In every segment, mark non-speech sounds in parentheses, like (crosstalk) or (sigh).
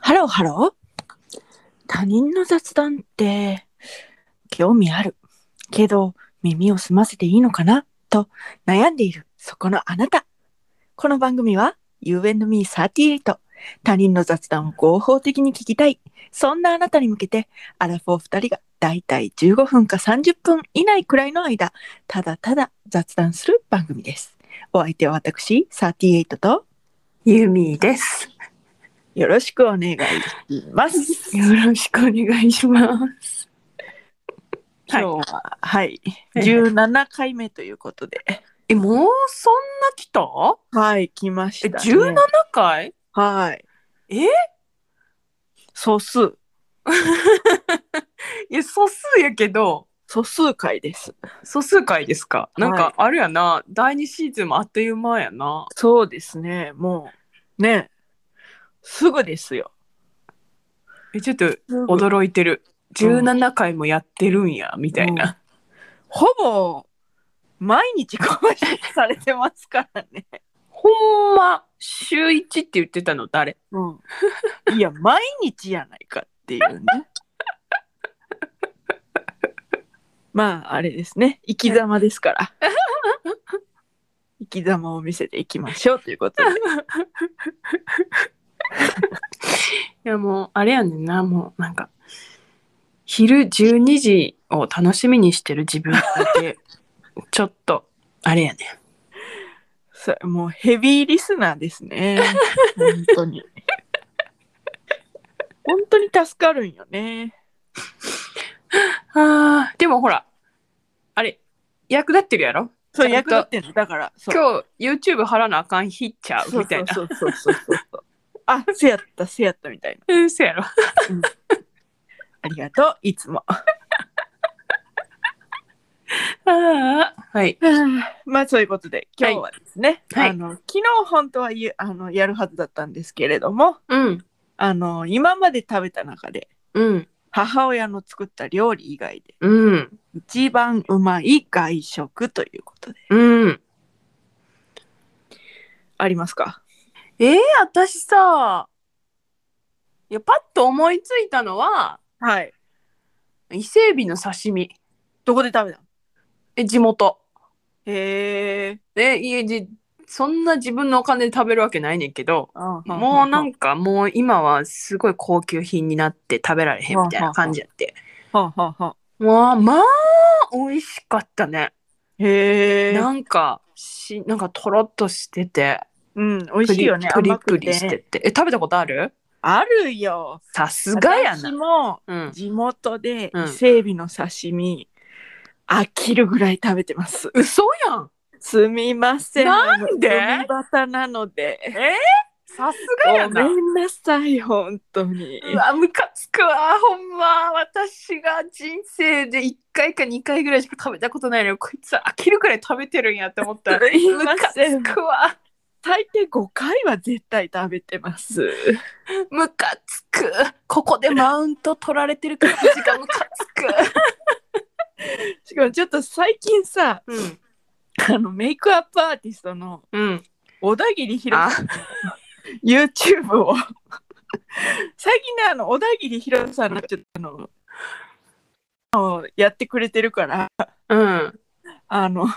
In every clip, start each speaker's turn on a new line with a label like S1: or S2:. S1: ハローハロー。他人の雑談って興味ある。けど耳を澄ませていいのかなと悩んでいるそこのあなた。この番組は You and me38 他人の雑談を合法的に聞きたい。そんなあなたに向けてアラフォー2人がだいたい15分か30分以内くらいの間、ただただ雑談する番組です。お相手は私38と
S2: ゆみです。
S1: よろしくお願いします。
S2: よろしくお願いします。
S1: 今
S2: はい
S1: 日は、はい、
S2: はい
S1: 17回目ということで、
S2: え、もうそんな来た
S1: はい、来まし
S2: え、
S1: た、ね。
S2: 17回
S1: はい。
S2: え
S1: 素数、
S2: いや、素数やけど、
S1: 素数回です。
S2: 素数回ですか。なん
S1: は
S2: か、あれやな、第2シーズンもあっという間やな。
S1: そうですね、もう、ね、すぐですよ。
S2: え、ちょっと
S1: すぐ
S2: 驚いてる。
S1: うん
S2: 17回もやってるんや、みたいな。
S1: ほぼ、毎日更新されてますからね。
S2: ほんま、週1って言ってたの誰
S1: うん。いや、毎日やないかっていうね。まあ、あれですね。生き様ですから。生き様を見せていきましょうということで。
S2: いやもうあれやねんなもうなんか昼12時を楽しみにしてる自分 (laughs) ってちょっとあれやね
S1: さもうヘビーリスナーですね。本当に。本当に助かるんよね。
S2: あーでもほらあれ役立ってるやろ
S1: そう、
S2: ちゃん
S1: 役
S2: と
S1: 立ってんの。だから、そう
S2: 今日 YouTube 貼らなあかん日ちゃうみたいな
S1: そうそうそうそうそう。あ、せやった、せやったみたいな。
S2: うんそうやろ
S1: ありがとう、いつも。
S2: あーはい
S1: (laughs) まあそういうことで今日はですね、
S2: はい
S1: あの昨日本当はゆあのやるはずだったんですけれども
S2: うん
S1: あの今まで食べた中で
S2: うん
S1: 母親の作った料理以外で
S2: うん
S1: 一番うまい外食ということで
S2: うん
S1: ありますか
S2: えー、私さいやパッと思いついたのは
S1: はい
S2: 伊勢海老の刺身
S1: どこで食べたの
S2: え地元
S1: へえ
S2: え、いえ、じ、そんな自分のお金で食べるわけないねんけど、も
S1: も
S2: うなんかもう今はすごい高級品になって食べられへんみたいな感じやって。
S1: はあはあはあ
S2: わあ、まあ、美味しかったね。
S1: へえ
S2: なんか、し、なんかとろっとしてて、
S1: うん美味しいよね
S2: プリ
S1: 甘
S2: プ
S1: く
S2: リプリしててて。え、食べたことある
S1: あるよ
S2: さすがや
S1: 私
S2: な。
S1: も
S2: うん。
S1: 地元で
S2: うん
S1: 伊勢海老の刺身、飽きるぐらい食べてます
S2: 嘘やん
S1: すみません。
S2: なんで
S1: 海端なので。
S2: えさすがや
S1: ご
S2: な。
S1: めんなさい、本当に。
S2: うわ、ムカつくわ、ほんま。私が人生で1回か2回ぐらいしか食べたことないのに、こいつ飽きるくらい食べてるんやって思ったら、
S1: すい
S2: ム
S1: ま
S2: カ
S1: せん
S2: つくわ。
S1: 最低5回は絶対食べてます。
S2: (laughs) ムカつく。ここでマウント取られてる感じがムカつく。
S1: しかもちょっと最近さ、
S2: うん。
S1: あのメイクアップアーティストの
S2: うん。
S1: 小田切ヒロ
S2: あ、
S1: YouTube を。 (laughs) 最近ね、あの小田切ヒロさんのちょっとあの、あのやってくれてるから、
S2: う
S1: あの、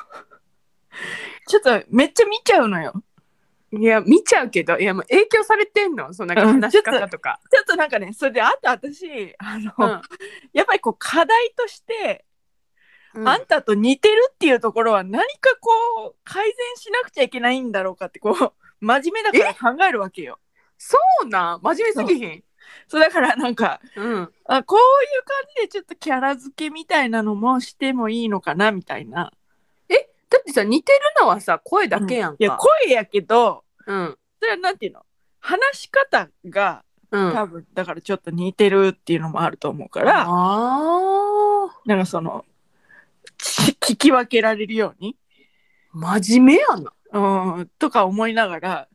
S1: ちょっとめっちゃ見ちゃうのよ。
S2: ん。いや、見ちゃうけど、いや、もう影響されてんのそんな
S1: うん
S2: 話し方とか。
S1: ちょっとなんかね、それであと私、あの、
S2: うん
S1: やっぱりこう課題として、
S2: うん
S1: あんたと似てるっていうところは何かこう改善しなくちゃいけないんだろうかってこう (laughs) 真面目だから考えるわけよ。
S2: そうなん真面目すぎひん。
S1: そうだからなんか
S2: うん。
S1: あこういう感じでちょっとキャラ付けみたいなのもしてもいいのかなみたいな。
S2: だってさ、似てるのはさ、声だけやん
S1: いや
S2: か。
S1: 声やけど
S2: うん。
S1: それはなんていうの話し方が
S2: うん。
S1: 多分だからちょっと似てるっていうのもあると思うから、
S2: ああ
S1: なんかそのち聞き分けられるように。
S2: 真面目やな
S1: うん、とか思いながら、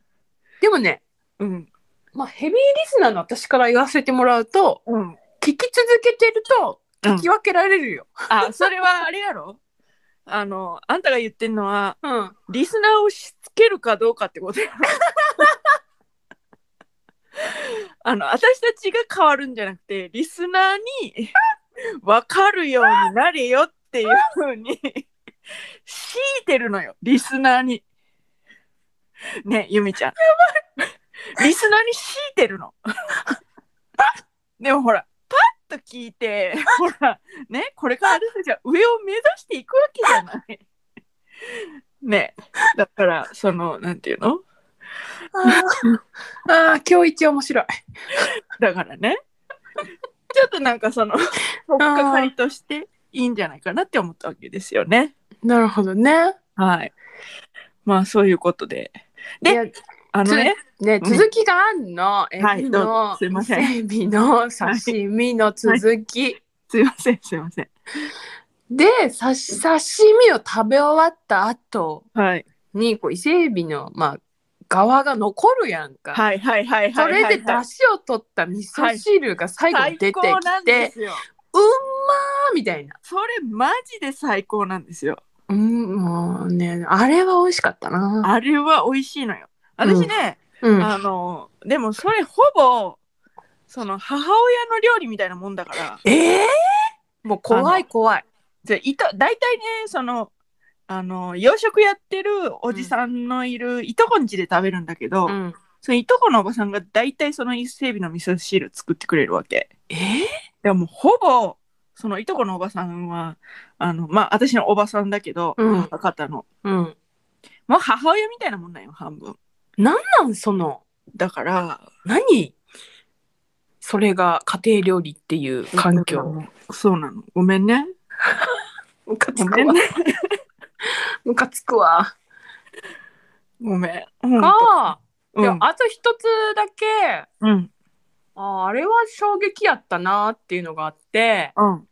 S2: でもね、
S1: うん、
S2: まあ、ヘビーリスナーの私から言わせてもらうと
S1: うん。
S2: 聞き続けてると
S1: うん
S2: 聞き分けられるよ、
S1: あ、それはあれやろあの、あんたが言ってんのは、
S2: うん、
S1: リスナーをしつけるかどうかってことやろああの私たちが変わるんじゃなくてリスナーに分かるようになれよっていうふうに強いてるのよリスナーに。ねゆみちゃん。リスナーに強いてるの。でもほらパッと聞いてほらねこれから私たちは上を目指していくわけじゃない。ねだからそのなんていうの
S2: あーあー、今日一面白い。
S1: だからね。ちょっとなんかその、とっかかりとしていいんじゃないかなって思ったわけですよね。
S2: なるほどね。
S1: はい。まあそういうことで。で
S2: いや
S1: あのね、
S2: ね、
S1: うん
S2: 続きがあんの。エ
S1: はい
S2: ビ
S1: どう
S2: の、
S1: ぞすいません
S2: エビの刺身の続き。
S1: すいません、すいません。
S2: で、さし刺身を食べ終わった後
S1: はい。
S2: に、こう伊勢エビの、まあ、側が残るやんか。
S1: はいはいはい
S2: そ
S1: はいはい、
S2: れで出汁を取った味噌汁が最後に出て
S1: 最
S2: き
S1: 高なんで
S2: て、
S1: すよ。
S2: うんまーみたいな。
S1: それマジで最高なんですよ。
S2: うん、もうね、あれは美味しかったな。
S1: あれは美味しいのよ。私ね、
S2: うん。
S1: あの、でもそれほぼ、その母親の料理みたいなもんだから。
S2: ええもう怖い怖い。
S1: でいた大体ねそのあの洋食やってるおじさんのいるいとこんちで食べるんだけど、
S2: ん。
S1: そのいとこのおばさんが大体その伊勢エビの味噌汁作ってくれるわけ
S2: えー、
S1: でもうほぼそのいとこのおばさんはあのまあ私のおばさんだけど、
S2: うん
S1: 博多の
S2: うん。
S1: もう母親みたいなもんなんよ半分
S2: なんその、
S1: だから
S2: 何それが家庭料理っていう環境。
S1: そうなのごめんね
S2: むか
S1: ごめんね
S2: むかつくわ。
S1: ごめん
S2: か、
S1: う
S2: で
S1: ん、
S2: あと一つだけ、
S1: うん
S2: ああれは衝撃やったなっていうのがあって、
S1: うん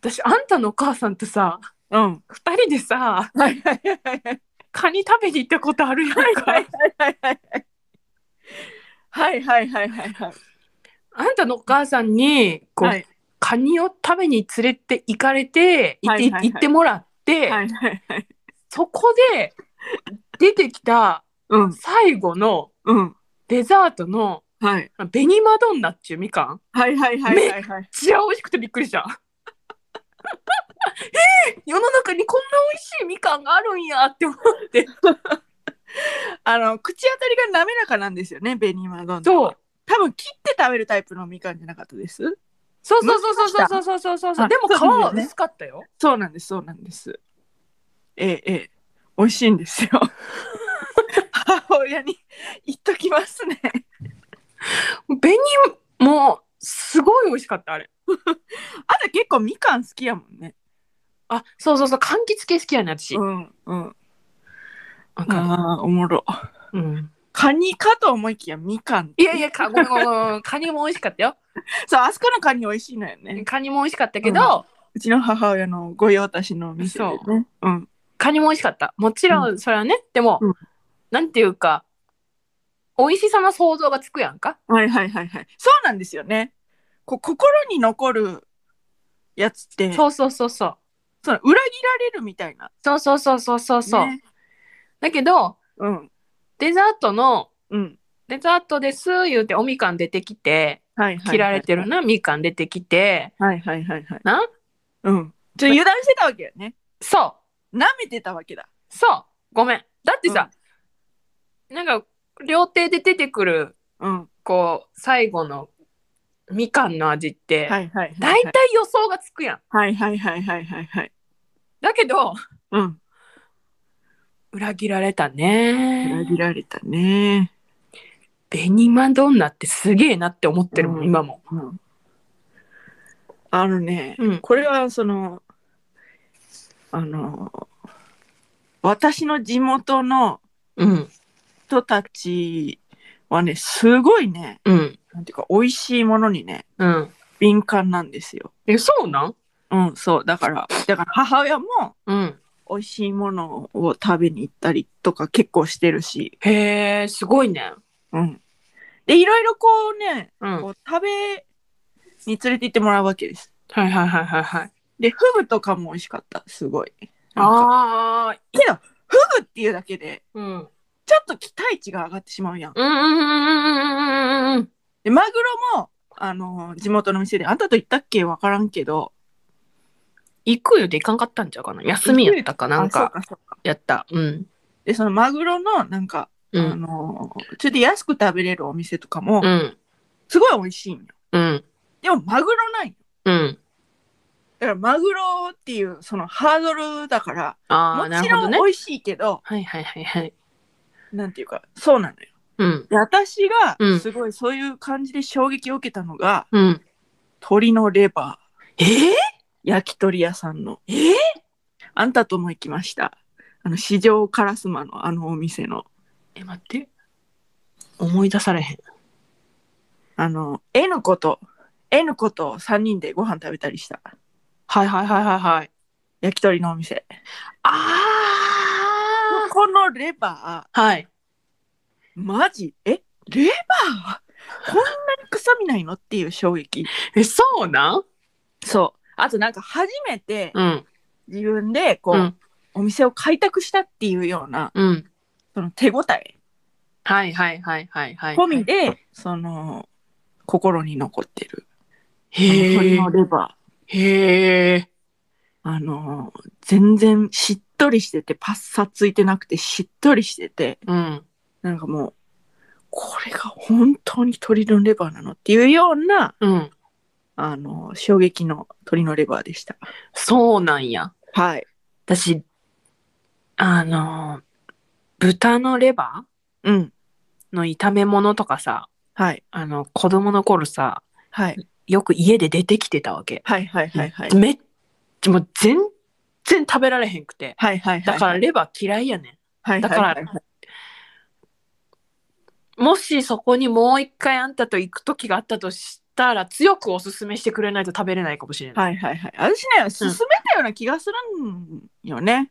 S2: 私、あんたのお母さんとさ、
S1: うん
S2: 二人でさ、
S1: はいはいはいはい
S2: カニ食べに行ったことあるやん
S1: は
S2: か
S1: い。はいはいはいはいはいはいはい
S2: あんたのお母さんに、こう、
S1: はい
S2: カニを食べに連れて行かれて、行っ
S1: は
S2: て,、
S1: いはいはい
S2: 行ってもらって、
S1: はいはいはい
S2: そこで出てきた
S1: うん
S2: 最後の
S1: うん
S2: デザートの
S1: はい
S2: 紅マドンナっちゅうみかん。
S1: はいはいはいはいはい
S2: めっちゃ美味しくてびっくりした。 (laughs) えー世の中にこんな美味しいみかんがあるんやって思って。
S1: あの口当たりが滑らかなんですよね紅マドンナ
S2: そう
S1: 多分切って食べるタイプのみかんじゃなかったです
S2: そうそうそうそうそうそうそうそう。
S1: あ
S2: でも皮
S1: そうだ
S2: は
S1: よね
S2: 薄かったよ。
S1: そうなんですそうなんですええええ美味しいんですよ母親に言っときますね
S2: 紅もすごい美味しかったあれ。
S1: あと結構みかん好きやもんね
S2: あそうそうそう柑橘系好きやね私。
S1: うんうん
S2: なんか
S1: あーおもろ
S2: うん
S1: カニかと思いきやみかん
S2: いやいやかごめんごめんごめんカニも美味しかったよ。
S1: そうあそこのカニ美味しいのよね
S2: カニも美味しかったけど、
S1: うちの母親の御用達のお店でね。うん。
S2: カニも美味しかった。もちろんそれはね、でも、
S1: うん
S2: なんていうか美味しさの想像がつくやんか。
S1: はいはいはいはい。そうなんですよね。こう心に残るやつって、そ
S2: そうそうそうそう。
S1: の裏切られるみたいな。
S2: そうそうそうそうそうそう、
S1: ね
S2: だけど
S1: うん。
S2: デザートの
S1: うん。
S2: デザートです言うておみかん出てきて
S1: はいはい、はい。
S2: 切られてる。な、みかん出てきて
S1: はいはいはいはい。
S2: な
S1: うん。ちょっと油断してたわけよね。
S2: そう
S1: 舐めてたわけだ。
S2: そうごめんだってさ、なんか料亭で出てくる
S1: うん。
S2: こう最後のみかんの味って、
S1: はいはいは
S2: 大
S1: い。
S2: 体予想がつくやん
S1: はいはいはいはいはいはい。
S2: だけど
S1: うん。
S2: 裏切られたね
S1: 裏切られたね。
S2: 紅マドンナってすげえなって思ってるもん、
S1: うん
S2: 今も
S1: うん。あのね、
S2: うん
S1: これはそのあの私の地元の
S2: うん
S1: 人たちはねすごいね
S2: うん
S1: なんていうか美味しいものにね
S2: うん
S1: 敏感なんですよ。
S2: えそうなん
S1: うんそうだからだから母親も
S2: うん
S1: 美味しいものを食べに行ったりとか結構してるし、
S2: へえすごいね
S1: うん、でいろいろこうね
S2: うん
S1: こう食べに連れて行ってもらうわけです。
S2: はいはいはいはいはい。
S1: でフグとかも美味しかったすごい。なんか
S2: ああ、
S1: けどフグっていうだけで
S2: うん。
S1: ちょっと期待値が上がってしまうやん。
S2: うんうんうんうんうんうんうん
S1: でマグロも、あのー地元の店で、あんたと行ったっけわからんけど、
S2: 行くよで行かんかったんちゃうかな。休みやったかなん
S1: あそう
S2: か、
S1: かそうか。
S2: やった。うん。
S1: で、そのマグロの、なんか、
S2: う
S1: あ
S2: ん。
S1: のーちょっと安く食べれるお店とかも、
S2: うん。
S1: すごい美味しいんよ。
S2: うん。
S1: でも、マグロないよ
S2: うん。
S1: だから、マグロっていう、そのハードルだから、
S2: ああ、
S1: も
S2: な
S1: ち
S2: る
S1: ろ
S2: ほど
S1: ん
S2: ね
S1: 美。味しいけど、
S2: はいはいはいはい。
S1: なんていうか、そうなのよ。
S2: うん。
S1: で私
S2: う
S1: が、
S2: ん
S1: すごいそういう感じで衝撃を受けたのが、
S2: うん。
S1: 鶏のレバー、
S2: えー、
S1: 焼き鳥屋さんの。
S2: えー、
S1: あんたとも行きました。あの、市場烏丸のあのお店の、
S2: え、待って。思い出されへん。
S1: あの、N 子と、N 子と3人でご飯食べたりした。
S2: はいはいはいはいはい。
S1: 焼き鳥のお店。
S2: あ
S1: このレバ
S2: あはい。
S1: ー、マジ、え、レバーこんなに臭みないのっていう衝撃。
S2: え、そうなん
S1: そう。あとなんか初めて
S2: うん。
S1: 自分でこう、
S2: うん。
S1: お店を開拓したっていうような
S2: うん。
S1: その手応え
S2: はいはいはいはいはい。
S1: 込みで、その心に残ってる。
S2: へえ
S1: こ。のレバー。
S2: へえ。
S1: あのー全然しっとりしてて、パッサついてなくて、しっとりしてて、
S2: うん。
S1: なんかもう、これが本当に鶏のレバーなのっていうような、
S2: うん。
S1: あのー衝撃の鶏のレバーでした。
S2: そうなんや。
S1: はい。
S2: 私、あのー、豚のレバ
S1: うん。
S2: ーの炒め物とかさ、
S1: はい。
S2: あの、子供の頃さ、
S1: はい。
S2: よく家で出てきてたわけ。
S1: はいはいはいはい。
S2: めっちゃ、もう全然食べられへんくて。
S1: はいはいはい。
S2: だからレバー嫌いやねん。
S1: ら
S2: だからもしそこにもう一回あんたと行く時があったとしたら強くおすすめしてくれないと食べれないかもしれない。
S1: はいはいはい。私ね、進めたような気がするんよね。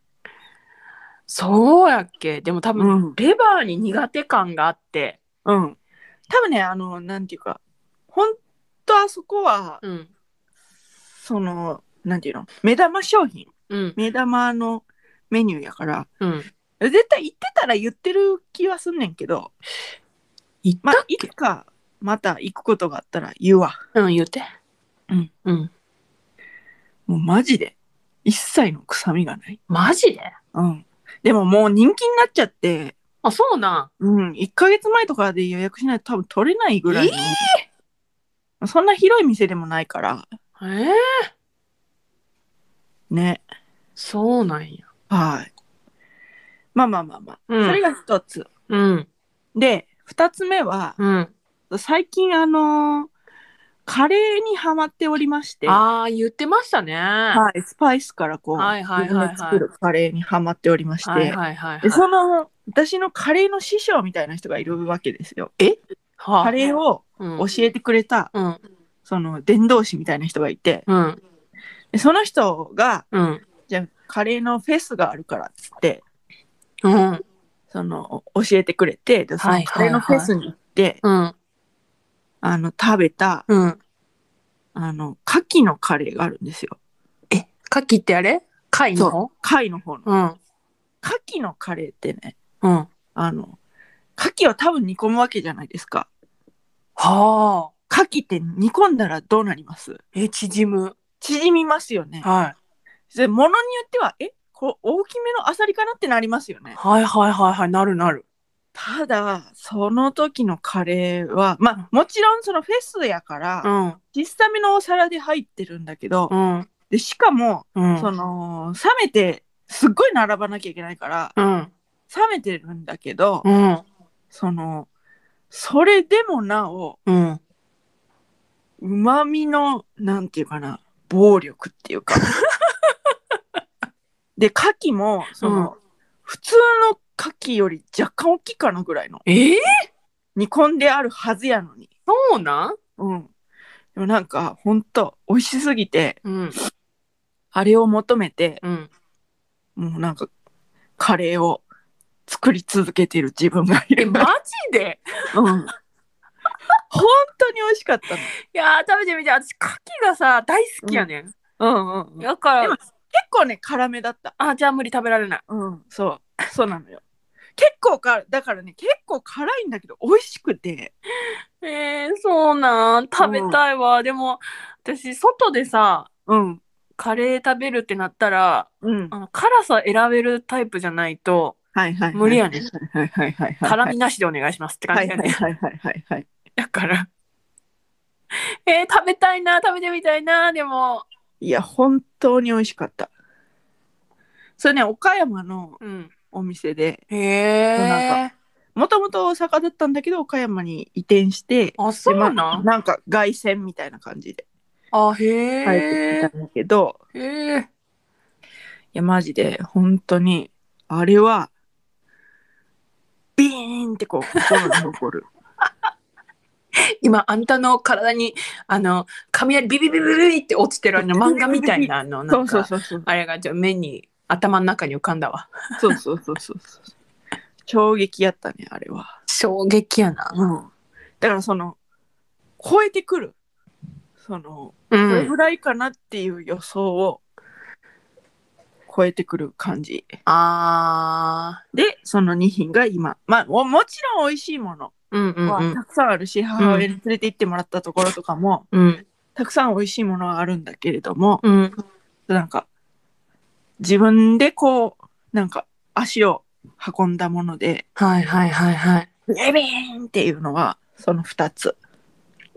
S2: そうやっけでも多分、
S1: ん。
S2: レバーに苦手感があって。
S1: うん。多分ね、あの、なんていうか、本当あそこは、
S2: うん。
S1: その、なんていうの、目玉商品、
S2: うん。
S1: 目玉のメニューやから、
S2: うん。
S1: 絶対言ってたら言ってる気はすんねんけど、
S2: 行っ
S1: まあ、いつかまた行くことがあったら言うわ。
S2: うん、言うて。
S1: うん。
S2: うん。
S1: もうマジで、一切の臭みがない。
S2: マジで
S1: うん。でももう人気になっちゃって、
S2: あ、そうな
S1: うん、1ヶ月前とかで予約しないと多分取れないぐらいの。そんな広い店でもないから、
S2: ん。えー、
S1: ね。
S2: そうなんや。
S1: はい。まあまあまあまあ。
S2: うん
S1: それが一つ。
S2: うん。
S1: で、二つ目は、
S2: うん。
S1: 最近あのーカレーにハマっておりまして、は、
S2: ああ、言ってましたね。はい
S1: スパイスからこう、
S2: はいはいはいはい
S1: 自分で作るカレーにハマっておりまして、
S2: いはいはい
S1: で
S2: は
S1: その、私のカレーの師匠みたいな人がいるわけですよ。
S2: い。
S1: カレー
S2: を
S1: を教
S2: 教
S1: えてくれた、
S2: うん。
S1: その、伝道師みたいな人がいて、
S2: うん。
S1: でその人が、
S2: うん。
S1: じゃあカレーのフェスがあるからっつって、
S2: うん。
S1: その、教えてくれて、でそ
S2: は
S1: の
S2: い
S1: カレーのフェスに行って、
S2: うん。
S1: あの、食べた、
S2: うん。
S1: あの、牡蠣のカレーがあるんですよ。
S2: え、カキってあれ貝の方
S1: 貝の方の。
S2: うん。
S1: 牡蠣のカレーってね、
S2: うん。は
S1: あの、牡蠣は多分煮込むわけじゃないですか。
S2: あ。
S1: 牡蠣って煮込んだらどうなります
S2: え、縮む。
S1: 縮みますよね。
S2: は
S1: で、ものによっては、え、こう大きめのアサリかなってなりますよ
S2: い。
S1: ね。
S2: はいはいはいはい。なるなる。
S1: ただ、その時のカレーは、まあ、もちろんそのフェスやから、
S2: うん。
S1: 小さめのお皿で入ってるんだけど、
S2: うん。
S1: で、しかも、
S2: うん。
S1: その、冷めて、すっごい並ばなきゃいけないから、
S2: うん。
S1: 冷めてるんだけど、
S2: うん。
S1: そのそれでもなお
S2: うん。
S1: うまみのなんていうかな暴力っていう (laughs) かで牡蠣もその、普通の牡蠣より若干大きいかなぐらいの
S2: えー、
S1: 煮込んであるはずやのに
S2: そうなん
S1: うんでもなんかほんと美味しすぎて
S2: うん。
S1: あれを求めて
S2: うん。
S1: もうなんかカレーを作り続けてる自分がい
S2: え、
S1: る、
S2: マジで
S1: うん (laughs) 本当に美味しかったの
S2: いやー、食べてみて。私、牡蠣がさ、大好きやねん。
S1: うんうんうん、結
S2: だか
S1: でも
S2: ら、
S1: 構ね辛めだった
S2: あ、じゃあ無理食べられない。
S1: うんそう (laughs) そうなのよ結構かだからね結構辛いんだけど美味しくて
S2: えー、そうなん食べたいわ、でも私外でさ
S1: うん。
S2: カレー食べるってなったら
S1: うん。
S2: あの辛さ選べるタイプじゃないと
S1: はいはい。
S2: 無理やねん
S1: はいはいはいはい。
S2: 辛みなしでお願いしますって感
S1: は
S2: じ
S1: い
S2: だ
S1: は
S2: ね、
S1: いはいはいはいはい。
S2: (laughs) だからえー、食べたいな食べてみたいなでも
S1: いや、本当に美味しかった。それね、岡山の
S2: うん
S1: お店で、
S2: へ
S1: な
S2: え
S1: もともと大阪だったんだけど、岡山に移転して、
S2: あそうなん、
S1: でまあなんか凱旋みたいな感じで
S2: あ
S1: 帰って
S2: へ
S1: き
S2: え
S1: たんだけど、
S2: へえ
S1: いや、マジで、本当に、あれは、ビーンってこう、心に残る。
S2: 今あんたの体にあの雷ビビビビビビって落ちてるあ
S1: (laughs)
S2: の漫画みたいなあのな
S1: (laughs) そ
S2: ん
S1: うそう
S2: か
S1: そうそう。
S2: あれがじゃあ目に頭の中に浮かんだわ
S1: そうそうそうそうそう。衝撃やったね、あれは。
S2: 衝撃やな
S1: うん。だからその、超えてくる。その、
S2: う
S1: これ
S2: ん
S1: ぐらいかなっていう予想を超えてくる感じ。
S2: あ
S1: で、その2品が今。まあ、ももちろん美味しいもの
S2: ーうんうんう
S1: は
S2: ん
S1: たくさんあるし、母親に連れて行ってもらったところとかも、
S2: うん
S1: たくさん美味しいものはあるんだけれども、
S2: うん
S1: なんか、自分でこう、なんか足を運んだもので、
S2: はいはいはいはい
S1: レビーンっていうのはその2つ、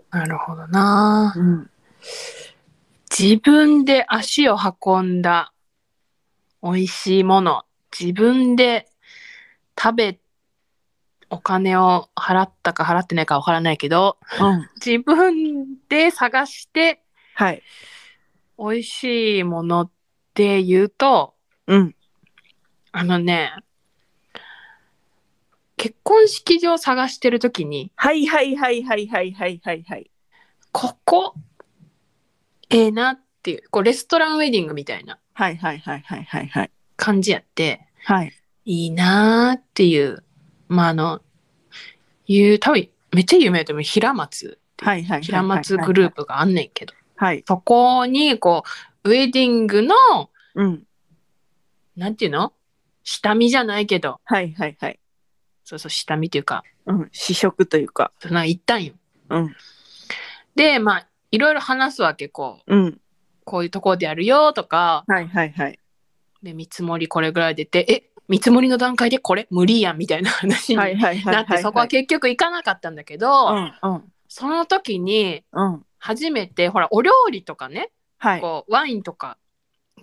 S2: なるほどな
S1: うん、
S2: 自分で足を運んだ美味しいもの自分で食べお金を払ったか払ってないかわからないけど自分で探して
S1: はい、
S2: 美味しいものって言うと
S1: うん、
S2: あのね結婚式場探してる時に
S1: はいはいはいはいはいはいはいはい
S2: ここええなっていうこうレストランウェディングみたいな
S1: はいはいはいはいはいはい
S2: 感じやって
S1: はい
S2: いいなーっていう、まあ、あの、いう、多分、めっちゃ有名だと思う、平松。
S1: はいはい
S2: 平松グループがあんねんけど、
S1: はい
S2: そこに、こう、ウェディングの、
S1: うん
S2: なんていうの下見じゃないけど、
S1: はいはいはい
S2: そうそう、下見というか、
S1: うん試食というか
S2: その行ったんよ。
S1: うん
S2: で、まあ、いろいろ話すわけ、こう、
S1: うん
S2: こういうところでやるよとか、
S1: はいはいはい
S2: で、見積もりこれぐらい出て、え、見積もりの段階でこれ無理やんみたいな話に
S1: はいはいはい
S2: なって、そこは結局行かなかったんだけど、
S1: うんうん
S2: その時に、
S1: うん
S2: 初めてほらお料理とかね、
S1: はい
S2: こうワインとか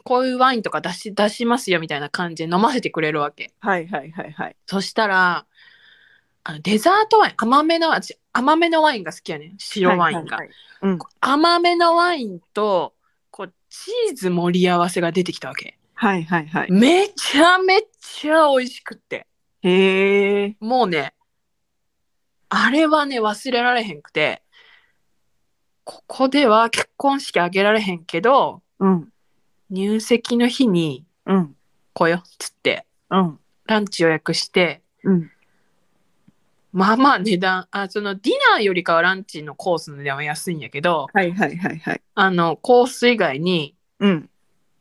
S2: こういうワインとか出し出しますよみたいな感じで飲ませてくれるわけ
S1: はいはいはいはい
S2: そしたらあのデザートワイン甘めの私甘めのワインが好きやねん白ワインが、
S1: はいはいはいうん
S2: 甘めのワインとこうチーズ盛り合わせが出てきたわけ
S1: はいはいはい
S2: めちゃめちゃ美味しくって
S1: へえ
S2: もうねあれはね忘れられへんくてここでは結婚式あげられへんけど
S1: うん
S2: 入籍の日に
S1: うん
S2: 来よっつって
S1: うん
S2: ランチ予約して
S1: うん
S2: まあまあ値段あそのディナーよりかはランチのコースの値段は安いんやけど
S1: はいはいはいはい
S2: あのコース以外に
S1: うん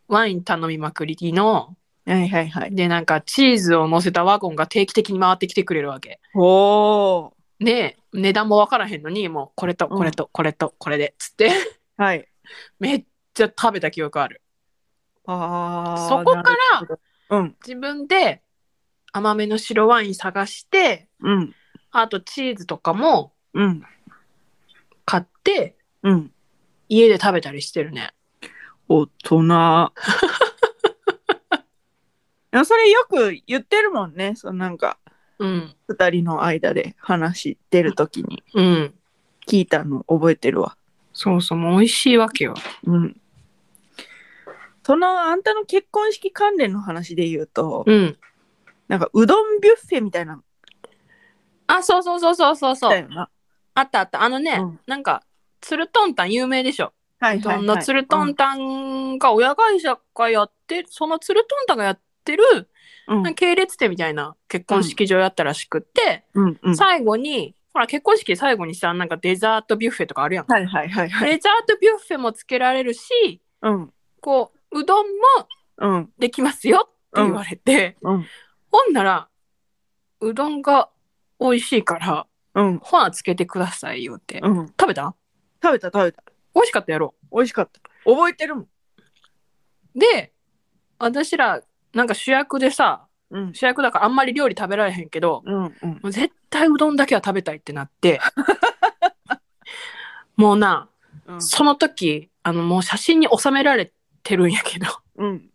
S2: ワイン頼みまくりの
S1: はいはいはい
S2: でなんかチーズを乗せたワゴンが定期的に回ってきてくれるわけ
S1: おー
S2: で値段も分からへんのにもうこれとこれとこれとこれでっつって (laughs)
S1: はい
S2: めっちゃ食べた記憶ある
S1: あ
S2: そこから
S1: らうん
S2: 自分で甘めの白ワイン探して
S1: うん
S2: あとチーズとかも
S1: うん
S2: 買って
S1: うん
S2: 家で食べたりしてるね。
S1: 大人 (laughs) でもそれよく言ってるもんねそのなんか
S2: うん。
S1: 二人の間で話してる時に
S2: うん。
S1: 聞いたの覚えてるわ
S2: そうそう、もう美味しいわけよ。
S1: うんそのあんたの結婚式関連の話で言うと、
S2: うん。
S1: なんかうどんビュッフェみたいなの
S2: あ、そうそうそうそうそうそ
S1: だ
S2: う。
S1: よな
S2: あったあった。あのね、
S1: うん
S2: なんか、つるとんたん有名でしょ。
S1: はい
S2: どんなつると
S1: うん
S2: んたんが親会社がやって、そのつるとんたんがやってる、
S1: うん
S2: なんか系列店みたいな結婚式場やったらしくって、
S1: うんうん
S2: 最後に、ほら結婚式最後にさ、なんかデザートビュッフェとかあるやん。
S1: はいはいはいはい
S2: デザートビュッフェもつけられるし、
S1: うん
S2: こう、うどんも
S1: うん
S2: できますよって言われて、
S1: うん
S2: ほんなら、うどんが美味しいから、
S1: うん。
S2: ファーつけてくださいよって。
S1: うん。
S2: 食べた
S1: 食べた食べた。
S2: 美味しかったやろ。
S1: 美味しかった。覚えてるもん。
S2: で、私ら、なんか主役でさ、
S1: うん。
S2: 主役だからあんまり料理食べられへんけど、
S1: うんうん。
S2: もう絶対うどんだけは食べたいって
S1: (laughs)
S2: なって、もうな、
S1: うん
S2: その時、あの、もう写真に収められてるんやけど、
S1: うん。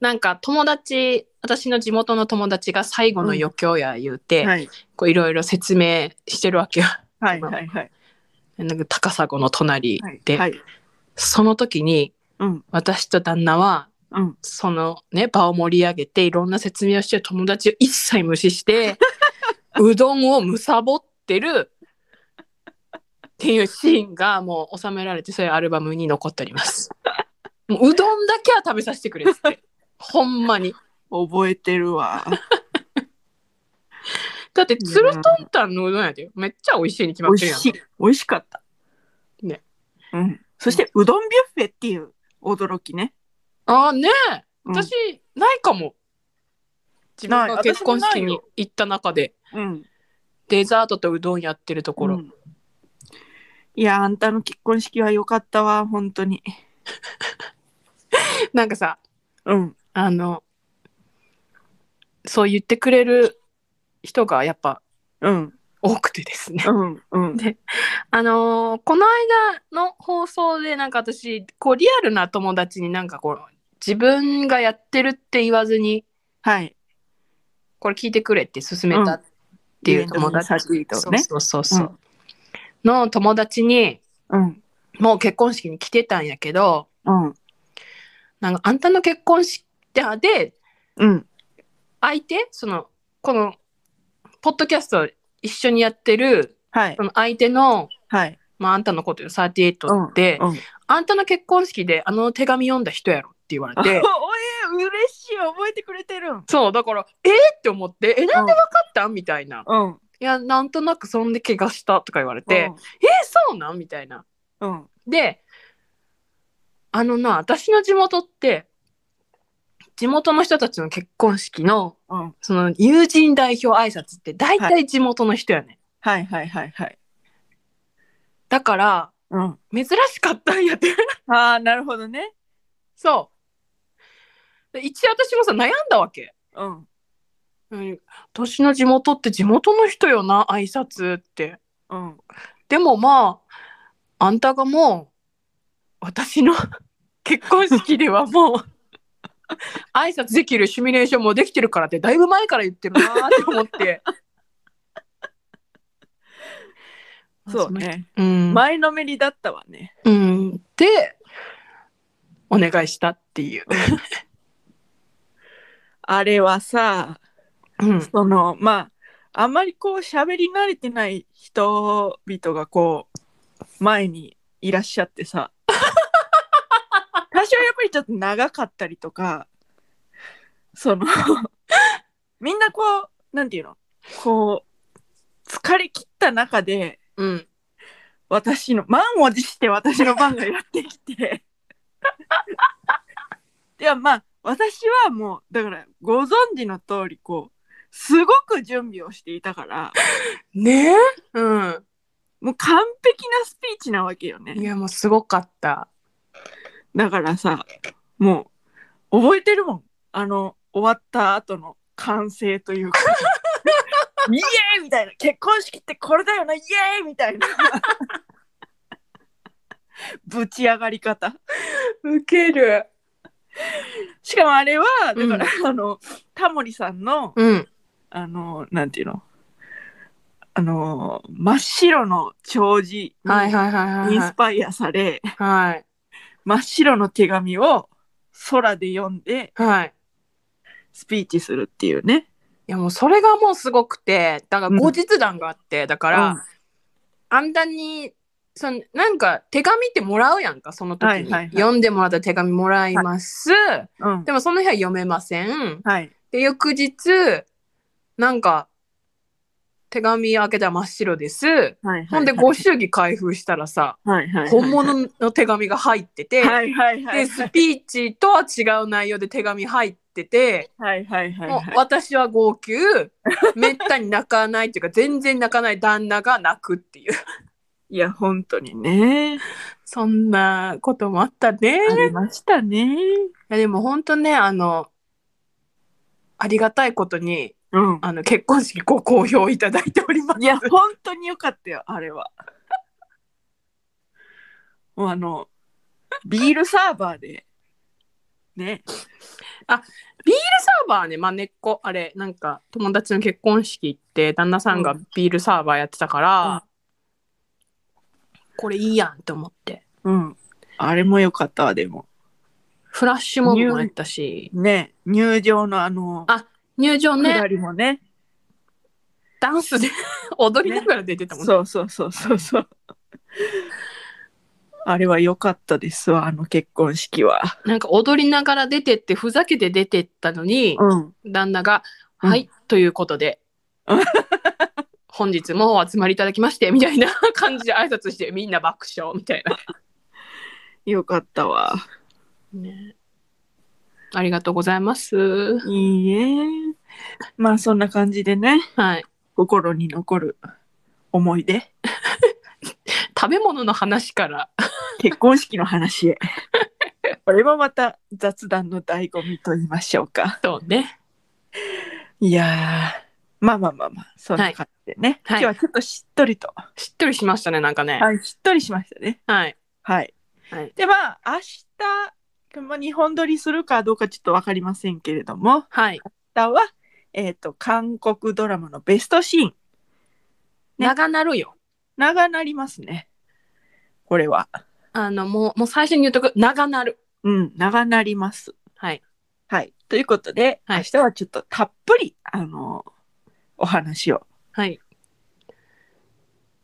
S2: なんか友達、私の地元の友達が最後の余興や言うて、
S1: はい。
S2: こういろいろ説明してる
S1: (laughs)
S2: わけよ。
S1: はいはいはい。
S2: なんか高砂の隣
S1: はい。
S2: で、
S1: はい。
S2: その時に
S1: うん。
S2: 私と旦那は
S1: うん。
S2: そのね場を盛り上げていろんな説明をしてる友達を一切無視して
S1: (laughs)
S2: うどんをむさぼってるっていうシーンがもう収められてそういうアルバムに残っており
S1: (laughs)
S2: ます。もううどんだけは食べさせてくれっつってほんまに。
S1: 覚えてる (laughs) わ。
S2: だってつるとんたんのうどんやでめっちゃ美味しいに決ま
S1: 美
S2: っ
S1: 味
S2: てるやん
S1: しい。美味しかった。
S2: ね。
S1: うん。そして、うどんビュッフェっていう驚きね。
S2: あーねえ
S1: うん
S2: 私、ないかも自分
S1: ない
S2: が結婚
S1: 私も
S2: 式
S1: ない
S2: に
S1: よ
S2: 行った中で
S1: うん。
S2: デザートとうどんやってるところ、
S1: うんいや、あんたの結婚式は良かったわ、本当に。
S2: なんかさ
S1: うん。
S2: あの、そう言ってくれる人がやっぱ
S1: うん。
S2: 多くてですね。
S1: うん。うん。
S2: (laughs) あのーこの間の放送でなんか私、こうリアルな友達になんかこう、自分がやってるって言わずに、
S1: はい。
S2: これ聞いてくれって勧めたっていう友達。
S1: サー
S2: そ
S1: と
S2: う
S1: ね。
S2: そうそうそう。の友達に、
S1: うん。
S2: もう結婚式に来てたんやけど、
S1: うん。
S2: なんかあんたの結婚式で、
S1: うん。
S2: 相手、その、この、ポッドキャスト一緒にやってる
S1: はい
S2: そ。の相手の、
S1: はい。
S2: まあ、あんたのことよ38って、
S1: うん。
S2: あんたの結婚式であの手紙読んだ人やろって言われ
S1: (laughs) おえ
S2: て、
S1: 嬉しい、覚えてくれてるん。
S2: そう、だから、えー、って思って、え、なんで分かったみたいな。
S1: うん。
S2: いや、なんとなくそんで怪我したとか言われて、えー、そうなんみたいな。
S1: うん、うん。
S2: で、あのな、私の地元って、地元の人たちの結婚式の、
S1: うん。
S2: その友人代表挨拶って大体地元の人やね、ん
S1: はいはいはいはい。
S2: だから、
S1: うん。
S2: 珍しかったんやって。 (laughs)
S1: ああ、なるほどね。
S2: そう。で一応私もさ悩んだわけ。
S1: うん。
S2: うん、私の地元って地元の人よな挨拶って。
S1: うん。
S2: でもまああんたがもう私の (laughs) 結婚式ではもう挨拶できるシミュレーションもできてるからってだいぶ前から言ってるな (laughs) って思って。
S1: (laughs) そうね。
S2: あ。そのうん、
S1: 前のめりだったわね。
S2: うん。でお願いしたっていう。
S1: あれはさ、
S2: うん
S1: その、まあ、あんまりこう喋り慣れてない人々がこう、前にいらっしゃって
S2: (laughs)
S1: さ。多少やっぱりちょっと長かったりとか、その、みんなこう、なんていうのこう、疲れ切った中で、
S2: うん
S1: 私の満を持して私の番がやってきて (laughs) いやまあ私はもうだからご存知の通りこうすごく準備をしていたから
S2: ねえ、うん、
S1: もう完璧なスピーチなわけよ
S2: い
S1: ね
S2: やもうすごかった。
S1: だからさもう覚えてるもんあの終わった後の歓声と
S2: (laughs)
S1: いうかイエーイみたいな結婚式ってこれだよなイエーイみ
S2: (laughs)
S1: たいなぶち上がり方
S2: ウケる。
S1: しかもあれはだ
S2: うん
S1: から、あのタモリさんの
S2: うん。
S1: あのなんていうのあの真っ白の弔辞
S2: はい
S1: に
S2: はいはい
S1: イン
S2: は
S1: スパイアされ、
S2: い。はい。
S1: 真っ白の手紙を空で読んで
S2: はい。
S1: スピーチするっていうね。
S2: いやもうそれがもうすごくて、だから
S1: うん
S2: 後日談があって、だから、あんたに、そのなんか手紙ってもらうやんか、その時に。
S1: はいはいはい
S2: 読んでもらった手紙もらいます。
S1: うん、うん
S2: でもその日は読めません。
S1: はい
S2: で、翌日、なんか、手紙開けたら真っ白です。
S1: はい。
S2: ほんで、ご祝儀開封したらさ、
S1: はいはい。
S2: 本物の手紙が入ってて、
S1: はいはいはい。
S2: で、スピーチとは違う内容で手紙入ってて、
S1: はいはいはい。
S2: もう私は号泣、めったに泣かないっていうか、全然泣かない旦那が泣くっていう、
S1: いや、本当にね。
S2: そんなこともあったね。
S1: ありましたね。
S2: いやでも本当ねあのありがたいことに
S1: うん。
S2: あの結婚式ご好評いただいておりま
S1: (laughs)
S2: す
S1: いや、本当に良かったよ、あれは。 (laughs) もうあの、ビールサーバーで、ね。
S2: サーバーねまあ根っこあれなんか友達の結婚式行って旦那さんがビールサーバーやってたから、これいいやんと思って
S1: うん。あれも良かったわ、でも。
S2: フラッシュモブもやったし
S1: ね、入場のあの、
S2: あ入場ね
S1: 下りもね。
S2: ダンスで (laughs) 踊りながら出てたもんね
S1: そうそうそうそうそう。 (laughs) あれは良かったですわ、あの結婚式は。
S2: なんか踊りながら出てってふざけて出てったのに、
S1: うん。
S2: 旦那が「
S1: うん
S2: はい、ということで本日もお集まりいただきまして」みたいな (laughs) 感じで挨拶してみんな爆笑みたいな、
S1: 良かったわ。
S2: ありがとうございます
S1: いいえ。まあそんな感じでね、
S2: はい
S1: 心に残る思い出、
S2: 食べ物の話から
S1: 結婚式の話 (laughs) へ。これもまた雑談の醍醐味と言いましょうか。
S2: とね
S1: いやー、まあまあまあまあ、そんな感じでね。
S2: は
S1: 今
S2: い
S1: 日はちょっとしっとりと、
S2: しっとりしましたねなんかね
S1: はい、しっとりしましたね。
S2: はい
S1: はい。
S2: はい
S1: で、まあ明日、まあ、日本撮りするかどうかちょっとわかりませんけれども、
S2: はい
S1: 明日は、えっ、と、韓国ドラマのベストシーン、
S2: 長なるよ
S1: 長なりますね。これは。
S2: あのもうもう最初に言うとく長なる
S1: うん、長なります。
S2: はい
S1: はい。ということで、
S2: はい
S1: 明日はちょっとたっぷり、あの、お話を
S2: はい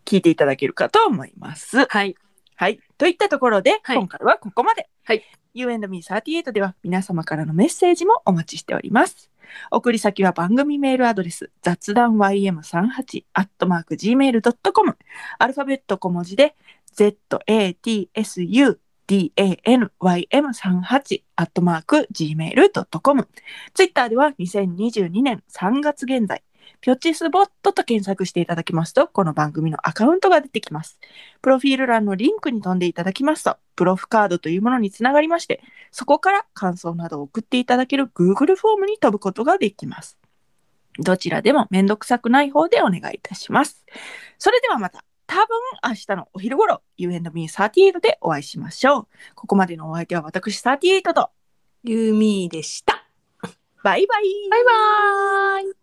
S1: 聞いていただけるかと思います。
S2: はい
S1: はい。といったところで、
S2: はい
S1: 今回はここまで。
S2: はい
S1: U&Me38 では皆様からのメッセージもお待ちしております。送り先は番組メールアドレス雑談 ym38 アットマーク gmail.com アルファベット小文字で zatsu danym38 アットマーク gmail.com ツイッターでは2022年3月現在ピョチスボットと検索していただきますとこの番組のアカウントが出てきますプロフィール欄のリンクに飛んでいただきますと、プロフカードというものにつながりまして、そこから感想などを送っていただける Google フォームに飛ぶことができます。どちらでもめんどくさくない方でお願いいたします。それではまた、多分明日のお昼頃、U&Me38 でお会いしましょう。ここまでのお相手は私38と、
S2: ユーミーでした
S1: バイバイ
S2: バイバーイ